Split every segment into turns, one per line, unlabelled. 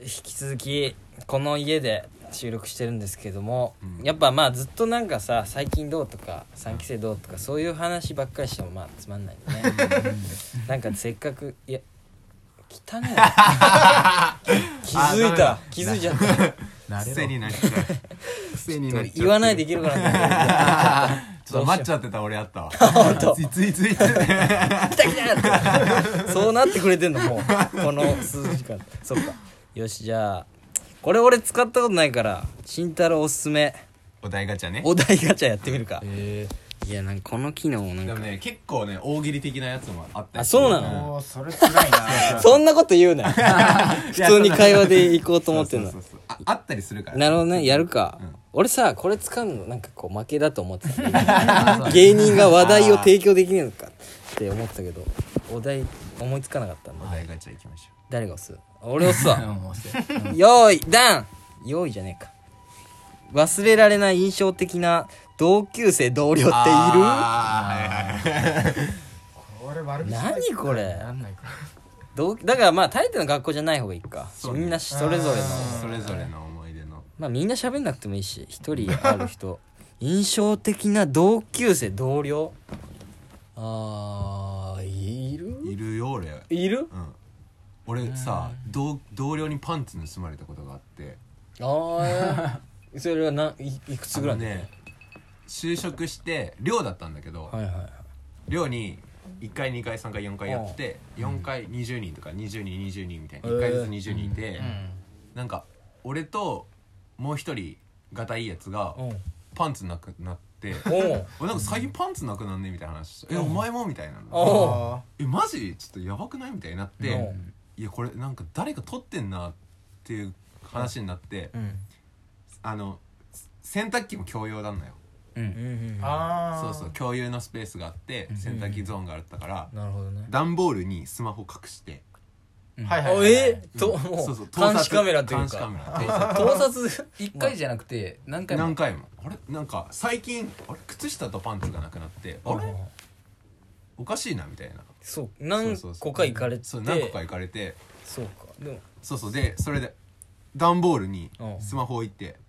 引き続きこの家で収録してるんですけども、
うん
やっぱまあずっとなんかさ最近どうとか3期生どうとかそういう話ばっかりしてもまあつまんないよねなんかせっかくいや汚い な気づいた気づいちゃった
慣れ
癖に
ろ
なっ ちゃう癖になっちゃう
言わないでいけ
ち
るかな
ょっと 待っちゃってた俺あったわ本当ついつ いついて
来た来たってそうなってくれてんのもうこの数時間そっかよしじゃあこれ俺使ったことないから慎太郎おすすめ
お題ガチャね
お題ガチャやってみるか
え
いやなんかこの機能なん
で
か
もね結構ね大喜利的なやつもあった
あそうな
ー、
の
もうそれ辛い な
そんなこと言う なよ普通に会話で行こうと思ってんの
そうそうそうそうああったりするから
なるほどねやるか、俺さこれ使うのなんかこう負けだと思って た芸人が話題を提供できねえのかって思ったけどお題思いつかなかったん
お
だ
題ガチャいきましょ
誰が押す俺押す わ
うんもうせうん
用意ダン用意じゃねえか忘れられない印象的な同級生同僚っていうる
あーはいはいはい
俺悪口言わない
何これ
なんないから
同だからまあ大抵の学校じゃない方がいいか、
そうね
みんなそれぞれの
それぞれの思い出の
まあみんな喋んなくてもいいし一人ある人印象的な同級生同僚あーいる
いるよ俺
いる
うん俺さ同同僚にパンツ盗まれたことがあって
ああそれはないいくつぐらい
あのね就職して寮だったんだけど、
はいはいはい
寮に1回2回3回4回やって4回20人とか20人20人みたいな
へー
1回ずつ20人いて、
うん
なんか俺ともう一人がたいいやつが
うん
パンツなく なって
おう
俺なんか最近パンツなくなんねみたいな話して「えお前も?」みたいな
お
あ
えマジちょっとやばくない?」みたいになって「
うん
いやこれなんか誰か撮ってんな」っていう話になって、
うん
あの洗濯機も共用なんだよ
うんうん
ーあ
そうそう共有のスペースがあって洗濯機ゾーンがあったから
なるほどね
段ボールにスマホ隠して
うはいはい
あ
はい
えーとも
そう
う
そう
監視カメラという
監視カメ
か
ラ盗撮
盗撮
一回じゃなくて何回も
何回もあれなんか最近あれ靴下とパンツがなくなってあれおかしいなみたいな
そう何
そうそうそ
個
う
か行かれて
そう何個か行かれて
そうかでも
そうそうでそれで段ボールに
うん
スマホ置いて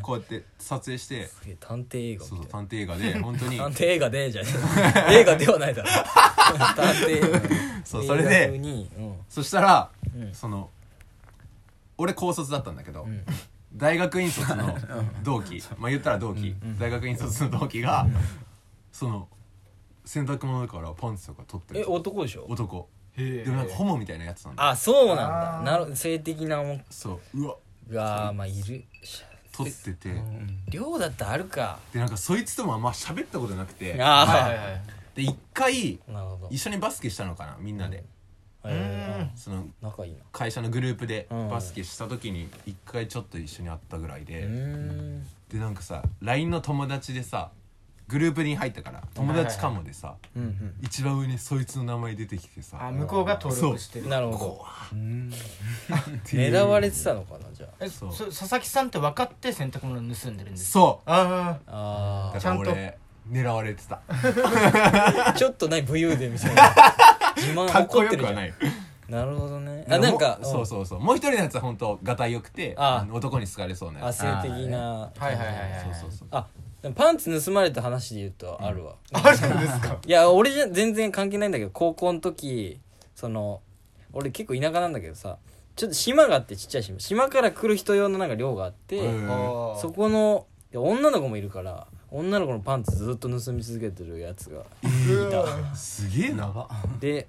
こうやって撮影して
すげえ探偵映画みた
そ
いう
そ
な
う探偵映画で本当 に
探偵映画でじゃねえ映画ではないだろ探偵映画
そうそれ
映画風
で
にうん
そしたら
うん
その俺高卒だったんだけど
ん
大学 院卒の同期まあ言ったら同期大学院卒の同期がその洗濯物からパンツとか取って
え
る
男でしょ
男
へ
でもなんかホモみたいなやつなんだ
あそうなん
あ
だ
ー
なる性的なもん
そううわ
がまあいる
撮ってて
量だってあるか
でなんかそいつともあんま喋ったことなくて
はいはい
あ
はい
で一回
あなるほど
一緒にバスケしたのかなみんなで
え
う
その
ー仲いいな
会社のグループで
うん
バスケした時に一回ちょっと一緒に会ったぐらいうで
ーん
でなんかさ LINE の友達でさグループに入ったから友達かもでさ
うん
一番上にそいつの名前出てきて
あ
さ
向こうが登録して
う
る
んなるほ
ど
ど狙われてたのかなじゃあ
え
そう
そ佐々木さんって分かって洗濯物盗んでるんです
そ
あ
あ
うだから俺狙われてた
あちょっとない武勇伝みたいな自慢
かっこ
怒っ
よ
て
く
るじゃ
は
ん
ない
なるほどね
で
あ
も
なんか
そうそうそうもう一人のやつは本当がたいよくて
あー
男に好かれそうな
あ
やつ
性的な
あはいはいはいはい
そうそうそう
あでもパンツ盗まれた話で言うとあるわ、
あるんですか
いや俺じゃ全然関係ないんだけど高校の時その俺結構田舎なんだけどさちょっと島があってちっちゃい島島から来る人用のなんか寮があって、
へー
そこので女の子もいるから女の子のパンツずっと盗み続けてるやつが
うわ
すげえな
で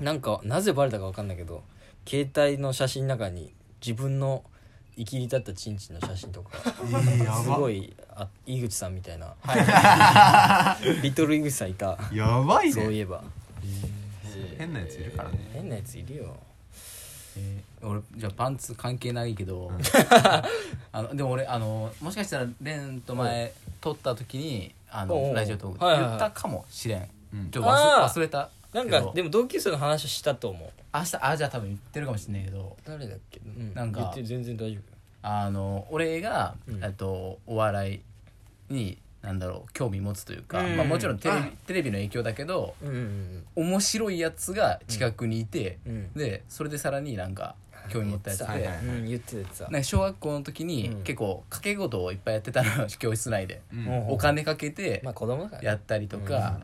なんかなぜバレたか分かんないけど携帯の写真の中に自分の生きり立ったチンチンの写真とか
えー、やば
すごいあ井口さんみたいな、 リトル井口さんいた
やばい
そうい
ね
えば
変なやついるからね
変なやついるよ
俺じゃあパンツ関係ないけど、 あのでも俺あのもしかしたらレンと前撮った時にあ
おうお
の
う
ラジオトークで
はいはいはい
言ったかもしれん、
うん
ちょっと
あー
忘れ忘れた
なん
け
か
ど
でも同級生の話したと思う
明日あじゃあ多分言ってるかもしれないけど
誰だっけ、
なんか
言って全然大丈
あの俺が、
うん
えっとお笑いになんだろう興味持つというか、
うん
まあ、もちろんテレビ
あ
テレビの影響だけど
夫うんうん
面白いやつが近くにいて、
うん
でそれでさらになんか興味持ったやつで、
言って
はいはい
うん言ってた言ってた
なんか小学校の時に
うん
結構掛け事をいっぱいやって たの教室内で、
うん
もう
お金かけて
まあ子供だからね
やったりとか、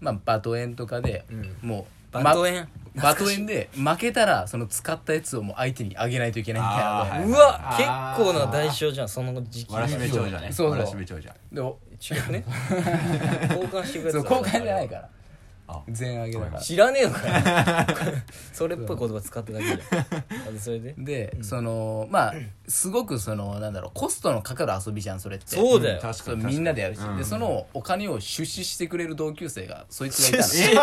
まあバトエンとかで、
うん
もう
バトエン
ま バトエ ンで負けたらその使ったやつをもう相手にあげないといけないみたいなの
あーはいう
わ結構な代償じゃんその時期
わらしべ長者ね
そうそう
わらしべ長者
でも
違う ね交換してくれ
そう
た
交換じゃないから
あ
全あげだから
知らねえのかよ それっぽい言葉使っただけじゃんあでそれで
で、そのまあすごくそのなんだろうコストのかかる遊びじゃんそれって
そうだよ
確かに
そう
確かに
みんなでやるし、
うん
でそのお金を出資してくれる同級生がそいつがいたの
出資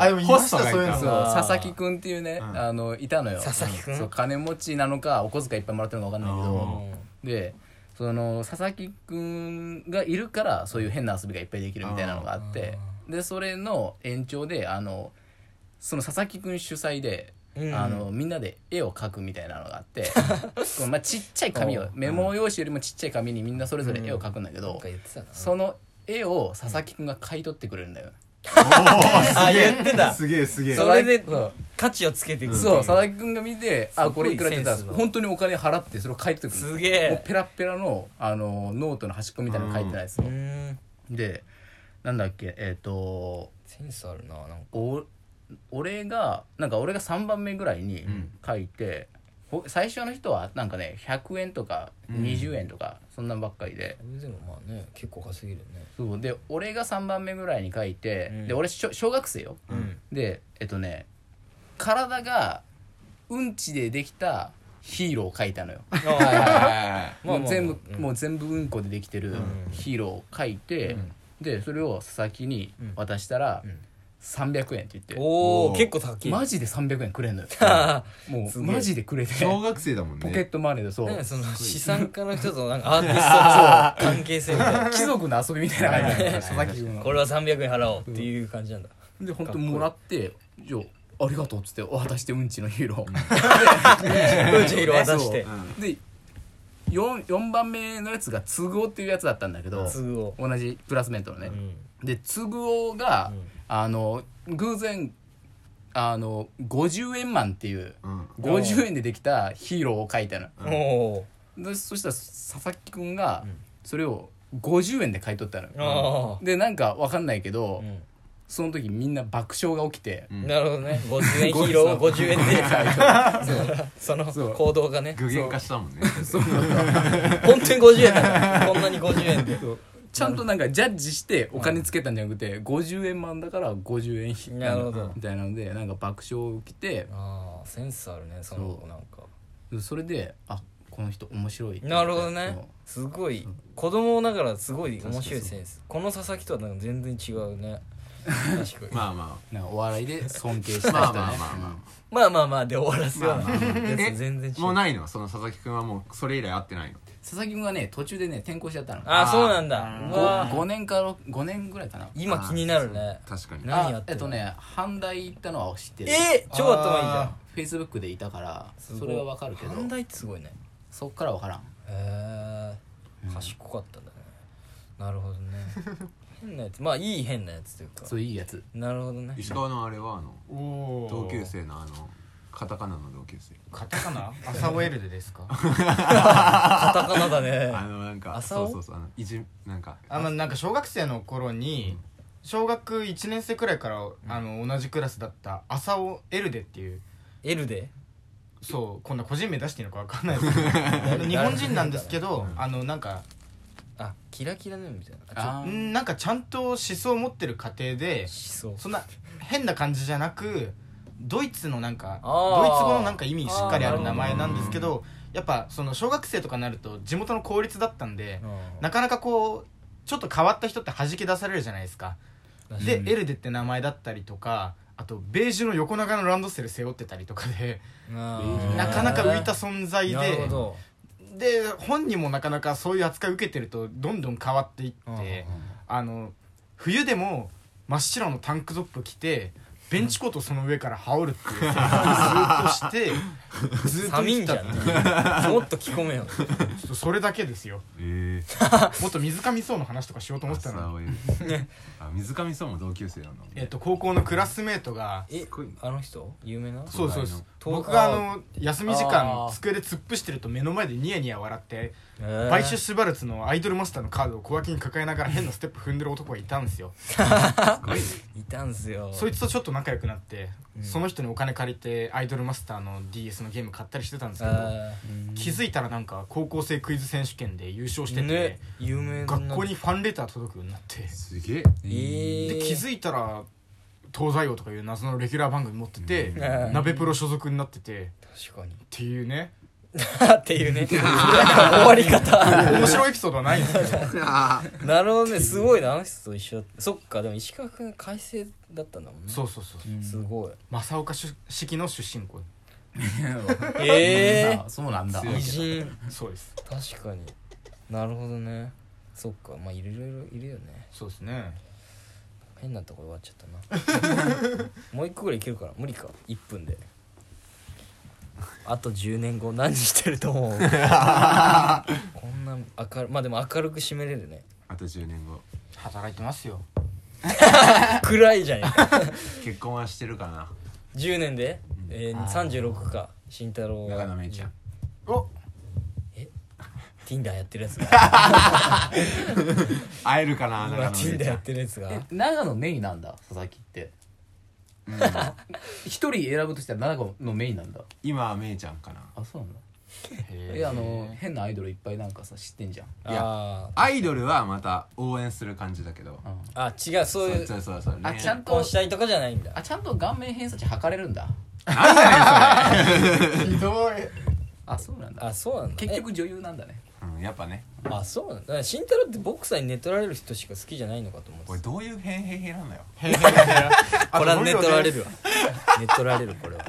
あでも言いました
ホストがいた
そういうの
そう佐々木くんっていうね、
うん
あのいたのよ
佐々木くん
そう金持ちなのかお小遣いいっぱいもらってるのか分かんないけ
う
ど
ん
でその佐々木くんがいるからそういう変な遊びがいっぱいできるみたいなのがあってでそれの延長であのその佐々木くん主催で、
うん
あのみんなで絵を描くみたいなのがあって こうまあ、ちっちゃい紙
う
をメモ用紙よりもちっちゃい紙にみんなそれぞれ絵を描くんだ
な
け
ん
ど
か、言ってたな
その絵を佐々木くんが買い取ってくれるんだよ。
あ言ってた
すげえすげえ
それで
そう
価値をつけていく
そう佐々木君が見てあ
すご
こ
い
れいくらって言ったら
センスの
本当にお金払ってそれを書いてくる
すげ
もう
え
ペラッペラのあのノートの端っこみたいなの書いてないです
う
よ、
ーん
でなんだっけえっ、と
センスあるななんか
お俺がなんか俺が3番目ぐらいに
うん
書いて、ほ最初の人はなんかね100円とか20円とか、そんなんばっかりで
それでもまあね結構稼げるよね
そうで俺が3番目ぐらいに書いて、
うん
で俺小小学生よ、
うん
でえっとね体がうんちでできたヒーローを描いた のよ
まあまあ
もう全部、
うん
もう全部うんこでできてる
ん
ヒーローを描いて、
うん
でそれを佐々木に
うん
渡したら、
うん
300円って言って
お
お
お
ー
結構高い
マジで300円くれんの よも
す
う
げえ
マジでくれて
小学生だもんね
ポケットマネーでそう
なんかその資産家の人となんかアーティストの関係性みたいな
貴族の遊びみたいな感じで佐々木君の
これは300円払おうっていう感じなんだ
で本当もらって「じゃあありがとう」っつって渡してうんちのヒーロー
うんちの色渡して
そうで 4, 4番目のやつがつぐおっていうやつだったんだけど
通を
同じクラスメートのね
う、ん
でつぐおが、
うん
あの偶然あの50円マンっていう、
うん
50円でできたヒーローを描いたの
うん
お
でそしたら佐々木くんが
うん
それを50円で買い取ったの
ーあ
でなんかわかんないけど、
ーうん
その時みんな爆笑が起きて、
うん
なるほどね50円ヒーローを50円で その
そう
行動がね
具現化したもんね
本当に50円なんだこんなに50円で
ちゃんとなんかジャッジしてお金つけたんじゃなくて50円マンだから50円ひ
なるほど
みたいなのでなんか爆笑をきて
ああセンスあるねその子なんか
それであこの人面白いって
なるほどねすごい子供ながらすごい面白いセンスこの佐々木とはなんか全然違う ね確かに
まあま
そうなんかお笑いで尊敬し
あ
た人ね
まあまあまあま
まあまあまあで終わらすような
まあまあまあ
や
え
つ全然違
あもう
う
ないのその佐々木くんはもうそれ以来会ってないの
佐々木君がね途中でね転校しちゃったの
ああそうなんだ
あー
うわー
5年か5年ぐらいかな
今気になるね
確かに
な何や
あ
って
え
んの
っとね阪大行ったのは知ってる
えー超頭いいじゃん
あ
フェイスブックでいたから
すごい
それはわかるけど
阪大ってすごいね
そっからわからん
へえ賢かったんだねなるほど ね変なやつまあいい変なやつというか
そういいやつ
なるほどね
石川のあれはあの
おー
同級生のあのカタカナの同級生
カタカナ朝尾エルデです か
カタカナだ ね
あのなんか
浅尾
そうそうそうあのいじなんか
あのなんか小学生の頃に小学1年生くらいからあの同じクラスだった朝尾エルデっていう
L で
そうこんな個人名出していいのかわかんないです けど日本人なんですけどあのなんか
あキラキラねみたいな
あー
んなんかちゃんと思想を持ってる家庭で
思想
そんな変な感じじゃなくドイツのなんか
あー
ドイツ語のなんか意味しっかりある名前なんですけ
あーな
どやっぱその小学生とかになると地元の公立だったんで
うん
なかなかこうちょっと変わった人って弾き出されるじゃないですか
確
でエルデって名前だったりとかあとベージュの横長のランドセル背負ってたりとかで
あ
へ
ー
ー
なかなか浮いた存在
なるほ
で
ど
で本人もなかなかそういう扱い受けてるとどんどん変わっていって。
うんうんうん
あの冬でも真っ白のタンクトップ着てベンチコートその上から羽織る っていう選択をずっとしてずっと
寒い
見
ん
て
じ
た
ゃ
っていう
ないもっと着込め よ
ちょっとそれだけですよ
ええ
もっと水上そうの話とかしようと思ってたのに
あ水上さんも同級生なの
えっと高校のクラスメートが
え
ごい
あの人有名な
そうですそうで
東
す
大の
僕があの休み時間
あー
机で突っ伏してると目の前でニヤニヤ笑って
えー
買収シュバルツのアイドルマスターのカードを小脇に抱えながら変なステップ踏んでる男がいたんですよ
すごいね
いたんすよ
そいつとちょっと仲良くなって、
うん
その人にお金借りてアイドルマスターの DS のゲーム買ったりしてたんですけど
あ
気づいたらなんか高校生クイズ選手権で優勝
ー
してて、
ね有名な
学校にファンレター届くようになって
すげえ
え
で
ー
気づいたら東西王とかいう謎のレギュラー番組持ってて、
うん
鍋プロ所属になっててっ
確かに
ていうね
っていうね終わり方
面白いエピソードはないんですけど
なるほどねすごいなあの人と一緒だったそっかでも石川君改正だったんだもんね
そうそうそう
うん すごい
正岡出式の出身校
ええ
そうなんだ
強
偉人
そうです
確かになるほどねそっかまあいろいろいるよね
そうですね
変なところ終わっちゃったな もう一個ぐらいいけるから無理か1分であと10年後何してると 思うこんな明るまあでも明るく締めれるね
あと10年後
働いてますよ
暗いじゃん
結婚はしてるかな
10年で、えー、
あー
36か慎太郎
長野めいちゃん
お
Tinder やってるやつが
会えるかな
今
長野めい
Tinder
ちゃ
やっ
ん
てるやつが
え長野メインなんだ佐々木って 一、人選ぶとしたら長野メインなんだ
今はめいちゃんかな
あそうなんだ
へー
えあの変なアイドルいっぱいなんかさ知ってんじゃん
いや
あ
アイドルはまた応援する感じだけど
うん
ーあ違うそういう
そうそうそう
あちゃん
結婚したいとかじゃないんだ
あちゃんと顔面偏差値測れるんだ
ひどい
あそうなんだ
あそうなんだ
結局女優なんだね
うんやっぱね
えあそうなんだだから慎太郎ってボクサーに寝取られる人しか好きじゃないのかと思って
これどういうへんへんへんなんだよ
へーへーへー
これは寝取られるわ寝取られるこれは